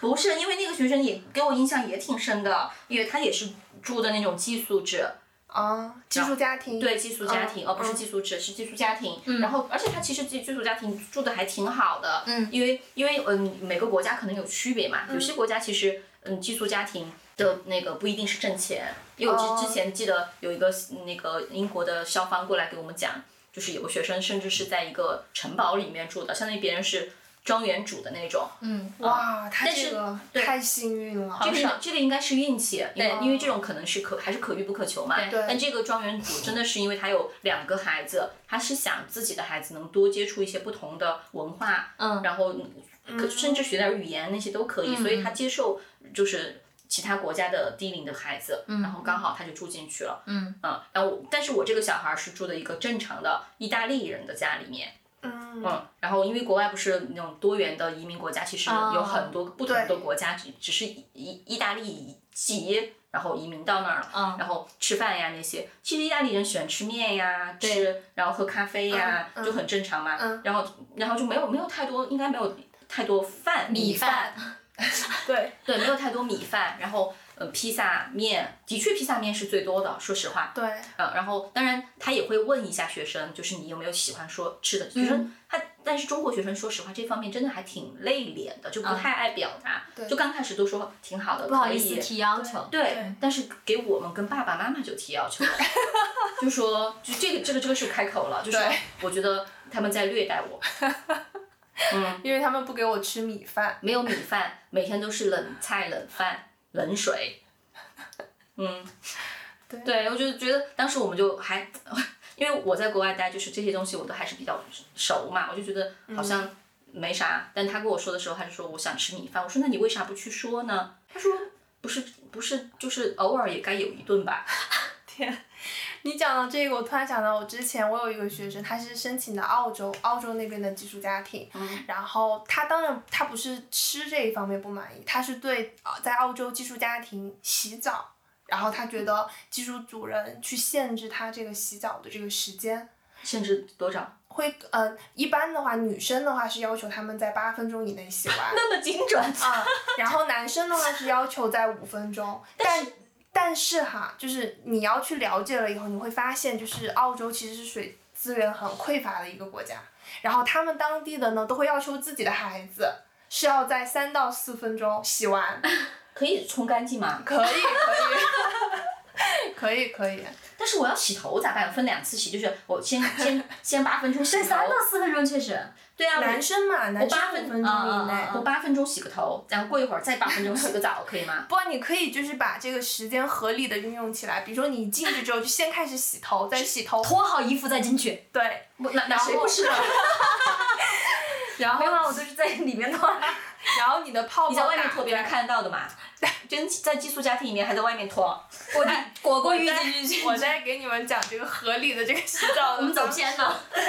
Speaker 4: 不是，因为那个学生也给我印象也挺深的，因为他也是住的那种寄宿制，
Speaker 3: 啊，寄宿家庭。
Speaker 4: 对寄宿家庭，
Speaker 3: 嗯
Speaker 4: 哦，不是
Speaker 3: 嗯
Speaker 4: 寄宿制，是寄宿家庭。然后，而且他其实寄寄宿家庭住的还挺好的，
Speaker 5: 嗯
Speaker 4: 因为因为嗯，每个国家可能有区别嘛，有些国家其实嗯寄宿家庭。的那个不一定是挣钱，因为我
Speaker 3: 哦
Speaker 4: 之之前记得有一个那个英国的校方过来给我们讲，就是有个学生甚至是在一个城堡里面住的，相当于别人是庄园主的那种，
Speaker 5: 嗯，
Speaker 3: 哇，他
Speaker 4: 但是
Speaker 3: 这个
Speaker 4: 对
Speaker 3: 太幸运了。
Speaker 4: 这个这个应该是运气，因为
Speaker 5: 对
Speaker 4: 因为这种可能是可还是可遇不可求嘛。
Speaker 5: 对嗯
Speaker 4: 但这个庄园主真的是因为他有两个孩子，他是想自己的孩子能多接触一些不同的文化，
Speaker 5: 嗯
Speaker 4: 然后可甚至学点语言那些都可以，所以他接受就是。其他国家的低龄的孩子，然后刚好他就住进去了，
Speaker 5: 嗯
Speaker 4: 然后我但是我这个小孩儿是住的一个正常的意大利人的家里面，
Speaker 3: 嗯
Speaker 4: 嗯，然后因为国外不是那种多元的移民国家，其实有很多不同的
Speaker 3: 对
Speaker 4: 国家，只只是意意意大利籍，然后移民到那儿了。
Speaker 5: 嗯
Speaker 4: 然后吃饭呀那些，其实意大利人喜欢吃面呀，
Speaker 5: 对
Speaker 4: 吃然后喝咖啡呀，
Speaker 3: 嗯嗯
Speaker 4: 就很正常嘛。
Speaker 3: 嗯
Speaker 4: 然后然后就没有没有太多，应该没有太多饭
Speaker 5: 米饭，
Speaker 3: 对
Speaker 4: 对，没有太多米饭。然后呃，披萨面的确披萨面是最多的，说实话。
Speaker 3: 对，
Speaker 4: 呃，然后当然他也会问一下学生，就是你有没有喜欢说吃的。学
Speaker 5: 嗯
Speaker 4: 生他，但是中国学生说实话这方面真的还挺内敛的，就不太爱表达。
Speaker 3: 对
Speaker 4: 就刚开始都说挺好的，
Speaker 5: 嗯不好
Speaker 4: 可
Speaker 5: 意
Speaker 4: 以
Speaker 5: 思提要求。
Speaker 4: 对，
Speaker 3: 嗯对
Speaker 4: 但是给我们跟爸爸妈妈就提要 求了，就说就这个这个这个是开口了，就说
Speaker 3: 对
Speaker 4: 我觉得他们在虐待我，
Speaker 3: 因为他们不给我吃米饭。
Speaker 4: 没有米饭，每天都是冷菜、冷饭、冷水。嗯，
Speaker 3: 对
Speaker 4: 对，我就觉得当时我们就还，因为我在国外待，就是这些东西我都还是比较熟嘛，我就觉得好像没啥。但他跟我说的时候，他就说我想吃米饭，我说那你为啥不去说呢？他说不是不是，就是偶尔也该有一顿吧。
Speaker 3: 你讲到这个，我突然想到，我之前我有一个学生，他是申请的澳洲，澳洲那边的寄宿家庭。
Speaker 4: 嗯
Speaker 3: 然后他当然他不是吃这一方面不满意，他是对呃在澳洲寄宿家庭洗澡，然后他觉得寄宿主人去限制他这个洗澡的这个时间。
Speaker 4: 限制多少？
Speaker 3: 会，嗯、一般的话，女生的话是要求他们在八分钟以内洗完，
Speaker 4: 那么精准。
Speaker 3: 啊、 然后男生的话是要求在五分钟，但但是哈，就是你要去了解了以后，你会发现，就是澳洲其实是水资源很匮乏的一个国家，然后他们当地的呢都会要求自己的孩子是要在三到四分钟洗完，
Speaker 4: 可以冲干净吗？
Speaker 3: 可以可以，可以 可以，
Speaker 4: 但是我要洗头咋办？分两次洗，就是我先先先八分钟洗头。
Speaker 5: 三到四分钟确实，
Speaker 4: 对啊，我
Speaker 3: 男生嘛，
Speaker 4: 我
Speaker 3: 男生
Speaker 4: 八
Speaker 3: 五
Speaker 4: 分
Speaker 3: 分钟以内
Speaker 5: 嗯。
Speaker 4: 我八分钟洗个头，然后过一会儿再八分钟洗个澡，可以吗？
Speaker 3: 不，你可以就是把这个时间合理的运用起来。比如说，你进去之后就先开始洗头，再洗头，
Speaker 5: 脱好衣服再进去。
Speaker 3: 对，
Speaker 4: 那那
Speaker 3: 然后
Speaker 4: 谁不是 啊？
Speaker 3: 然后
Speaker 5: 啊，我都是在里面脱。
Speaker 3: 然后你的泡泡
Speaker 4: 你在外面
Speaker 3: 打
Speaker 4: 脱，别人看得到 的嘛。真在寄宿家庭里面还在外面脱，
Speaker 5: 我裹过浴
Speaker 3: 我 在
Speaker 5: 巾进去。
Speaker 3: 我在给你们讲这个合理的这个洗澡的
Speaker 5: 我们走
Speaker 3: 方式
Speaker 5: 偏了。嗯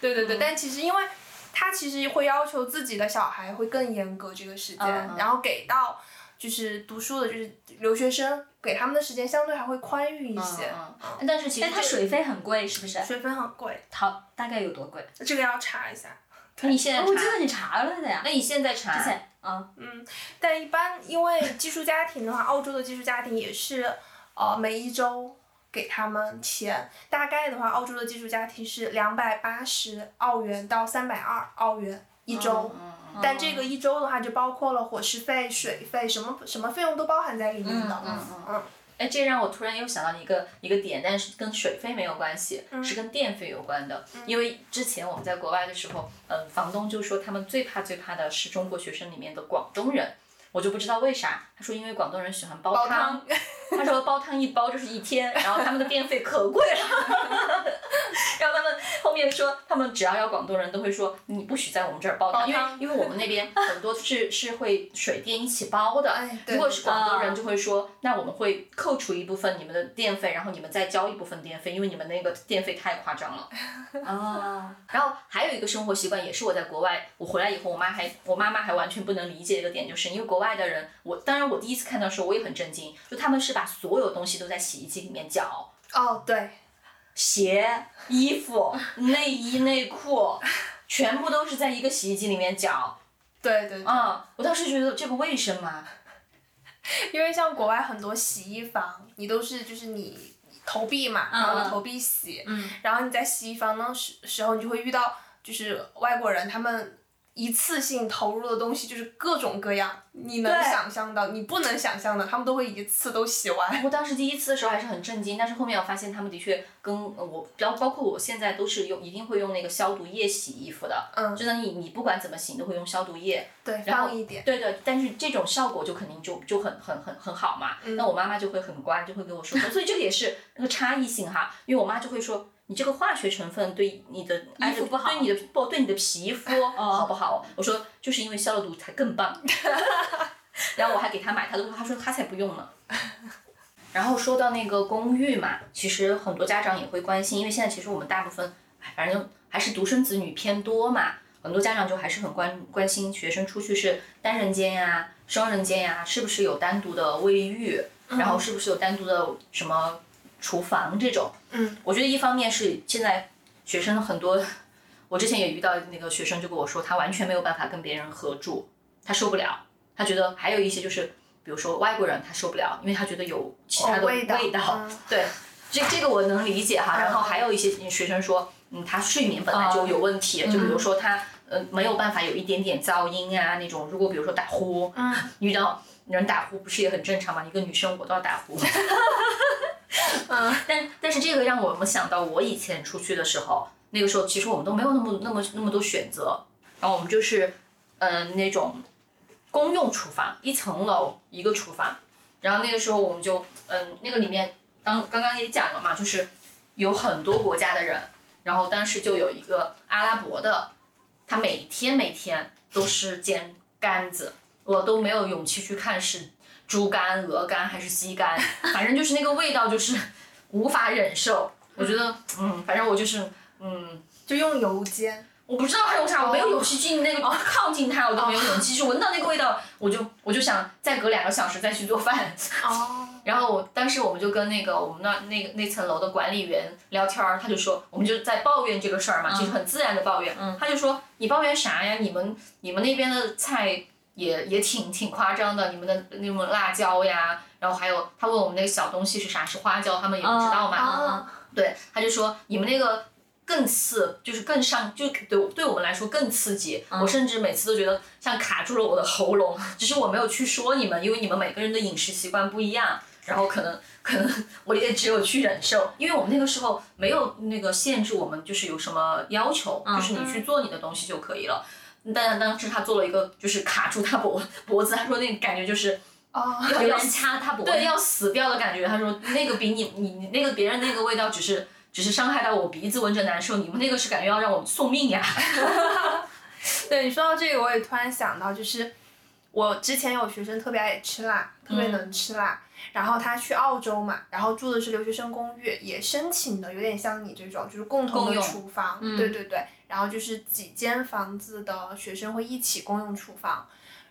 Speaker 3: 对对对，但其实因为他其实会要求自己的小孩会更严格这个时间，
Speaker 5: 嗯嗯
Speaker 3: 然后给到。就是读书的，就是留学生，给他们的时间相对还会宽裕一些。
Speaker 4: 嗯嗯
Speaker 5: 但是其实
Speaker 4: 但它
Speaker 5: 这
Speaker 4: 水费很贵，是不是？
Speaker 3: 学分很贵，
Speaker 5: 淘大概有多贵？
Speaker 3: 这个要查一下。
Speaker 5: 你现
Speaker 4: 在
Speaker 5: 我
Speaker 4: 查
Speaker 5: 记得你查了的呀
Speaker 4: 那，你现在查
Speaker 5: 之前啊，
Speaker 3: 嗯，但一般因为寄宿家庭的话，澳洲的寄宿家庭也是，呃，每一周给他们钱。大概的话，澳洲的寄宿家庭是两百八十澳元到三百二澳元一周。
Speaker 4: 嗯
Speaker 3: 嗯但这个一周的话，就包括了伙食费、水费，什么什么费用都包含在里面的。
Speaker 4: 嗯嗯
Speaker 3: 嗯
Speaker 4: 哎，这让我突然又想到一个一个点，但是跟水费没有关系，
Speaker 3: 嗯
Speaker 4: 是跟电费有关的。因为之前我们在国外的时候，嗯，房东就说他们最怕最怕的是中国学生里面的广东人，我就不知道为啥。他说因为广东人喜欢煲
Speaker 3: 煲
Speaker 4: 汤，
Speaker 3: 汤
Speaker 4: 他说煲汤一煲就是一天，然后他们的电费可贵了。然后他们后面说，他们只要要广东人都会说你不许在我们这儿煲汤，
Speaker 3: 煲
Speaker 4: 因为
Speaker 3: 汤
Speaker 4: 因为我们那边很多是 是会水电一起煲的。
Speaker 3: 哎对
Speaker 4: 如果是广东人
Speaker 5: 啊
Speaker 4: 就会说，那我们会扣除一部分你们的电费，然后你们再交一部分电费，因为你们那个电费太夸张了。
Speaker 5: 哦，
Speaker 4: 然后还有一个生活习惯，也是我在国外，我回来以后，我妈还我妈妈还完全不能理解一个点，就是因为国外的人，我当然我第一次看到的时候我也很震惊，就他们是把所有东西都在洗衣机里面搅，
Speaker 3: 哦，对，
Speaker 4: 鞋、衣服、内衣、内裤，全部都是在一个洗衣机里面搅。
Speaker 3: 对对对，
Speaker 4: 啊、我当时觉得这个卫生嘛，
Speaker 3: 因为像国外很多洗衣房，你都是就是你投币嘛，
Speaker 5: 嗯
Speaker 3: 然后投币洗，
Speaker 5: 嗯
Speaker 3: 然后你在洗衣房的时时候，你就会遇到就是外国人他们。一次性投入的东西就是各种各样，你能
Speaker 4: 对
Speaker 3: 想象到，你不能想象的，他们都会一次都洗完。
Speaker 4: 我当时第一次的时候还是很震惊，但是后面我发现他们的确跟呃我，然后包括我现在都是用一定会用那个消毒液洗衣服的，
Speaker 3: 嗯
Speaker 4: 真的你你不管怎么洗，你都会用消毒液，
Speaker 3: 对，
Speaker 4: 然后
Speaker 3: 放一点。
Speaker 4: 对对，但是这种效果就肯定就就很很很很好嘛。
Speaker 3: 嗯
Speaker 4: 那我妈妈就会很乖，就会给我说，所以这个也是那个差异性哈，因为我妈就会说。你这个化学成分对你的衣
Speaker 5: 服不好嗯
Speaker 4: 对你的不对你的皮肤好不好？我说就是因为消了毒才更棒。 然后我还给她买，她都她说她才不用呢。然后说到那个公寓嘛，其实很多家长也会关心，因为现在其实我们大部分，哎，反正还是独生子女偏多嘛，很多家长就还是很关关心学生出去是单人间呀、双人间呀、是不是有单独的卫浴，然
Speaker 5: 嗯
Speaker 4: 后是不是有单独的什么厨房这种。
Speaker 3: 嗯，
Speaker 4: 我觉得一方面是现在学生很多，我之前也遇到那个学生就跟我说，他完全没有办法跟别人合住，他受不了，他觉得还有一些就是。比如说外国人他受不了，因为他觉得有其他的
Speaker 3: 哦味道嗯
Speaker 4: 对，这这个我能理解哈。然后还有一些学生说，嗯，他睡眠本来就有问题，就比如说他呃没有办法有一点点噪音啊那种。如果比如说打呼，
Speaker 3: 嗯，
Speaker 4: 遇到人打呼不是也很正常吗？一个女生我都要打呼。 嗯，但但是这个让我们想到我以前出去的时候，那个时候其实我们都没有那么那么那么多选择，然后我们就是呃那种公用厨房，一层楼一个厨房，然后那个时候我们就嗯、那个里面当刚刚也讲了嘛，就是有很多国家的人，然后当时就有一个阿拉伯的，他每天每天都是煎杆子，我都没有勇气去看是猪肝、鹅肝还是鸡肝，反正就是那个味道就是无法忍受。我觉得，嗯，反正我就是，嗯，
Speaker 3: 就用油煎。
Speaker 4: 我不知道还有啥，我没有勇气去那个靠近它，我都没有勇气，是闻到那个味道，我就我就想再隔两个小时再去做饭。
Speaker 3: 哦。
Speaker 4: 然后我当时我们就跟那个我们那那个那层楼的管理员聊天儿，他就说我们就在抱怨这个事儿嘛，就是很自然的抱怨。他就说你抱怨啥呀？你们你们那边的菜也也挺挺夸张的，你们的那种辣椒呀，然后还有他问我们那个小东西是啥，是花椒，他们也不知道
Speaker 3: 哦
Speaker 4: 嘛。
Speaker 3: 嗯
Speaker 5: 啊
Speaker 4: 对，他就说你们那个更刺，就是更上，就对我对我们来说更刺激。我甚至每次都觉得像卡住了我的喉咙，只是我没有去说你们，因为你们每个人的饮食习惯不一样。然后可能可能 我也只有去忍受，因为我们那个时候没有那个限制我们就是有什么要求，
Speaker 5: 嗯
Speaker 4: 就是你去做你的东西就可以了。但当时他做了一个就是卡住他脖脖子，他说那个感觉就是啊
Speaker 3: 哦。
Speaker 5: 有人掐他脖子，
Speaker 4: 对，要死掉的感觉。他说那个比你你你那个别人那个味道只是只是伤害到我鼻子闻着难受，你们那个是感觉要让我送命呀。
Speaker 3: 对你说到这个，我也突然想到，就是我之前有学生特别爱吃辣，特别
Speaker 4: 嗯
Speaker 3: 能吃辣，然后他去澳洲嘛，然后住的是留学生公寓，也申请的有点像你这种，就是共同
Speaker 4: 共
Speaker 3: 的
Speaker 4: 用嗯
Speaker 3: 厨房，对对对，然后就是几间房子的学生会一起共用厨房。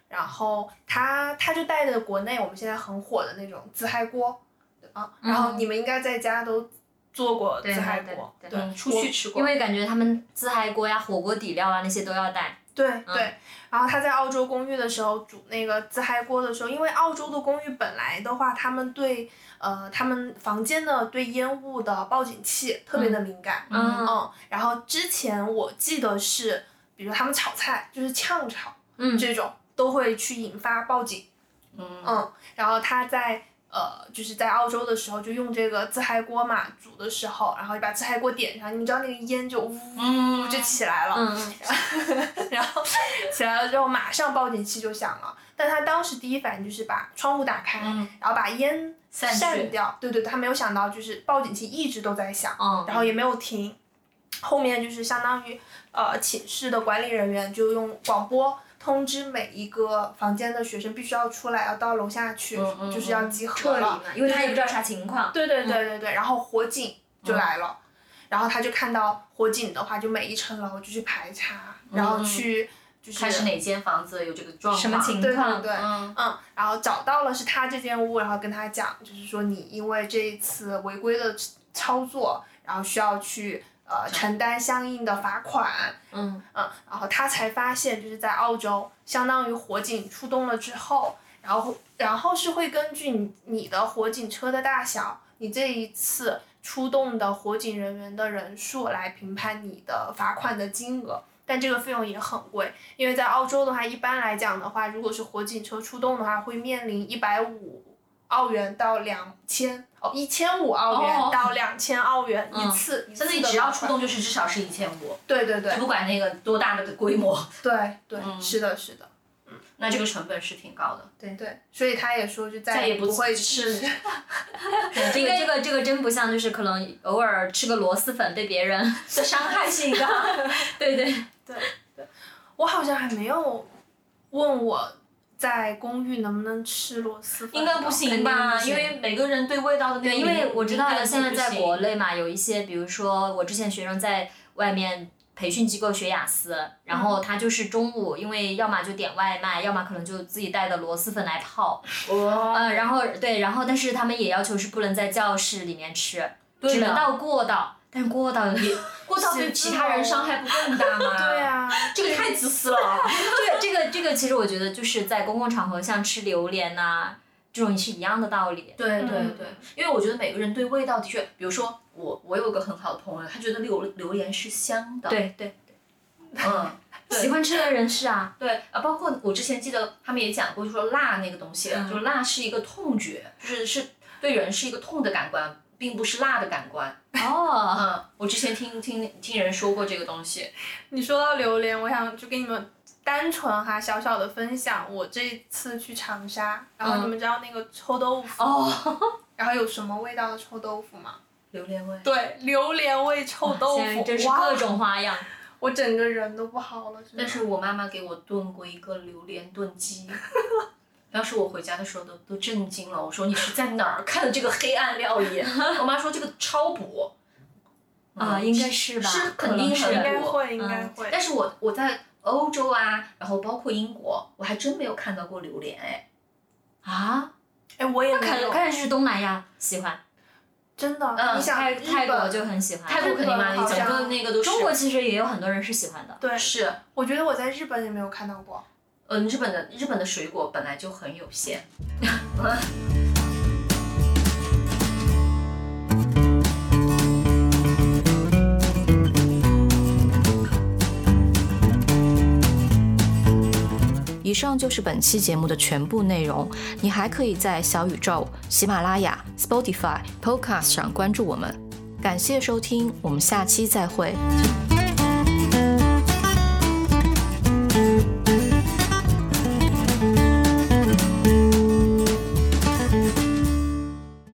Speaker 3: 然后他他就带着国内我们现在很火的那种自嗨锅啊，然后
Speaker 5: 嗯
Speaker 3: 你们应该在家都做过自
Speaker 5: 对
Speaker 3: 嗨
Speaker 5: 对
Speaker 3: 锅，
Speaker 5: 对
Speaker 3: 对
Speaker 4: 嗯，出
Speaker 3: 我
Speaker 4: 去吃过
Speaker 5: 因，为感觉他们自嗨锅呀、火锅底料啊那些都要带。
Speaker 3: 对对，然后他在澳洲公寓的时候煮那个自嗨锅的时候，因为澳洲的公寓本来的话，他们对呃他们房间的对烟雾的报警器特别的敏感，
Speaker 5: 嗯
Speaker 3: 嗯，然后之前我记得是，比如他们炒菜就是炝炒
Speaker 5: 嗯
Speaker 3: 这种都会去引发报警，
Speaker 4: 嗯，
Speaker 3: 嗯，然后他在呃，就是在澳洲的时候，就用这个自嗨锅嘛煮的时候，然后就把自嗨锅点上，你知道那个烟就呜
Speaker 4: 嗯
Speaker 3: 就起来了，
Speaker 5: 嗯，
Speaker 3: 然后起来了之后马上报警器就响了，但他当时第一反应就是把窗户打开，
Speaker 4: 嗯
Speaker 3: 然后把烟
Speaker 4: 散去
Speaker 3: 掉，对对对，他没有想到就是报警器一直都在响，
Speaker 4: 嗯
Speaker 5: 哦，
Speaker 3: 然后也没有停。后面就是相当于，呃，寝室的管理人员就用广播通知每一个房间的学生必须要出来，要到楼下去，
Speaker 4: 嗯嗯
Speaker 3: 就是要集合
Speaker 4: 撤离
Speaker 3: 了
Speaker 4: 嘛。，因为他也不知道啥情况，嗯
Speaker 3: 对对对对对，然后火警就来了，然后他就看到火警的话，就每一层楼就去排查，然后去就是
Speaker 4: 嗯看是哪间房子有这个状况，
Speaker 5: 什么情
Speaker 3: 对对
Speaker 5: 况
Speaker 3: 对，
Speaker 4: 嗯
Speaker 3: 嗯，然后找到了是他这间屋，然后跟他讲，就是说你因为这一次违规的操作，然后需要去呃承担相应的罚款，
Speaker 5: 嗯
Speaker 3: 嗯，然后他才发现就是在澳洲，相当于火警出动了之后，然后然后是会根据你你的火警车的大小，你这一次出动的火警人员的人数来评判你的罚款的金额。但这个费用也很贵，因为在澳洲的话，一般来讲的话，如果是火警车出动的话，会面临一百五澳元到两千哦，一千五澳元
Speaker 4: 哦
Speaker 3: 到两千澳元一次，一
Speaker 4: 相当
Speaker 3: 次
Speaker 4: 于
Speaker 3: 的
Speaker 4: 只要
Speaker 3: 罚
Speaker 4: 出
Speaker 3: 款
Speaker 4: 动就是至少是一千五，
Speaker 3: 对对对
Speaker 4: 不管那个多大的规模，
Speaker 3: 对对，
Speaker 4: 嗯
Speaker 3: 是的，是的。
Speaker 4: 那这个成本是挺高的。
Speaker 3: 对对，所以他也说就再
Speaker 4: 再也不
Speaker 3: 不会
Speaker 4: 吃
Speaker 3: 吃。
Speaker 5: 这个这个这个真不像，就是可能偶尔吃个螺蛳粉被别人
Speaker 4: 这伤害性 的，
Speaker 5: 对对，
Speaker 3: 我好像还没有问我在公寓能不能吃螺蛳粉，
Speaker 4: 应该不。行吧？
Speaker 5: 肯定
Speaker 4: 因
Speaker 5: 不行
Speaker 4: 为每个人对味道的那个
Speaker 5: 对，因为我知道
Speaker 4: 敏感度
Speaker 5: 现在
Speaker 4: 不
Speaker 5: 在
Speaker 4: 行
Speaker 5: 国内嘛，有一些，比如说我之前学生在外面培训机构学雅思，然后他就是中午，因为要么就点外卖，要么可能就自己带的螺蛳粉来泡，
Speaker 4: 哦，
Speaker 5: 呃，然后对，然后但是他们也要求是不能在教室里面吃，只
Speaker 4: 的
Speaker 5: 能到过道，但是过道也
Speaker 4: 过道对其他人伤害不更 大吗？
Speaker 3: 对， 啊，
Speaker 4: 这个太自私了。
Speaker 5: 这个这个这个，其实我觉得就是在公共场合，像吃榴莲呐、这种是一样的道理。
Speaker 4: 对对
Speaker 3: 嗯
Speaker 4: 对，因为我觉得每个人对味道的确，比如说我，我有一个很好的朋友，他觉得榴榴莲是香的。，
Speaker 5: 对对，
Speaker 4: 嗯，对
Speaker 5: 喜欢吃的人是啊，
Speaker 4: 对啊，包括我之前记得他们也讲过，就说辣那个东西，
Speaker 5: 嗯
Speaker 4: 就辣是一个痛觉，就是是对人是一个痛的感官，并不是辣的感官。
Speaker 5: 哦，
Speaker 4: 嗯，我之前听听听人说过这个东西。
Speaker 3: 你说到榴莲，我想就给你们单纯哈小小的分享，我这次去长沙，然后
Speaker 4: 嗯
Speaker 3: 你们知道那个臭豆腐，
Speaker 5: 哦，
Speaker 3: 然后有什么味道的臭豆腐吗？
Speaker 4: 榴莲味，
Speaker 3: 对，榴莲味臭豆
Speaker 5: 现 在
Speaker 3: 腐，
Speaker 5: 真是
Speaker 3: 哇
Speaker 5: 各种花样。
Speaker 3: 我整个人都不好了。真的
Speaker 4: 但是我妈妈给我炖过一个榴莲炖 鸡，当时我回家的时候都都震惊了。我说你是在哪儿看的这个黑暗料 理？啊我妈说这个超补，
Speaker 5: 啊，
Speaker 4: 嗯
Speaker 5: 应该是吧？
Speaker 4: 是
Speaker 5: 可
Speaker 4: 肯定
Speaker 3: 应
Speaker 4: 很
Speaker 5: 能是
Speaker 3: 该
Speaker 4: 多
Speaker 3: 会，应该会。
Speaker 4: 但是我我在欧洲啊，然后包括英国，我还真没有看到过榴莲哎。
Speaker 5: 啊，
Speaker 3: 哎，我也
Speaker 5: 那
Speaker 3: 没
Speaker 5: 肯
Speaker 3: 有，
Speaker 5: 肯定是东南亚喜欢，
Speaker 3: 真的，
Speaker 4: 嗯
Speaker 3: 你想
Speaker 5: 泰
Speaker 3: 日
Speaker 5: 泰国
Speaker 3: 本
Speaker 5: 就很喜欢，
Speaker 4: 泰国肯定嘛，
Speaker 3: 日本好
Speaker 4: 你整个
Speaker 3: 像
Speaker 4: 那个都是。
Speaker 5: 中国其实也有很多人是喜欢的。
Speaker 3: 对，
Speaker 4: 是，
Speaker 3: 我觉得我在日本也没有看到过。
Speaker 4: 呃，日本的日本的水果本来就很有限。
Speaker 2: 以上就是本期节目的全部内容。你还可以在小宇宙、喜马拉雅、Spotify、Podcast 上关注我们。感谢收听，我们下期再会。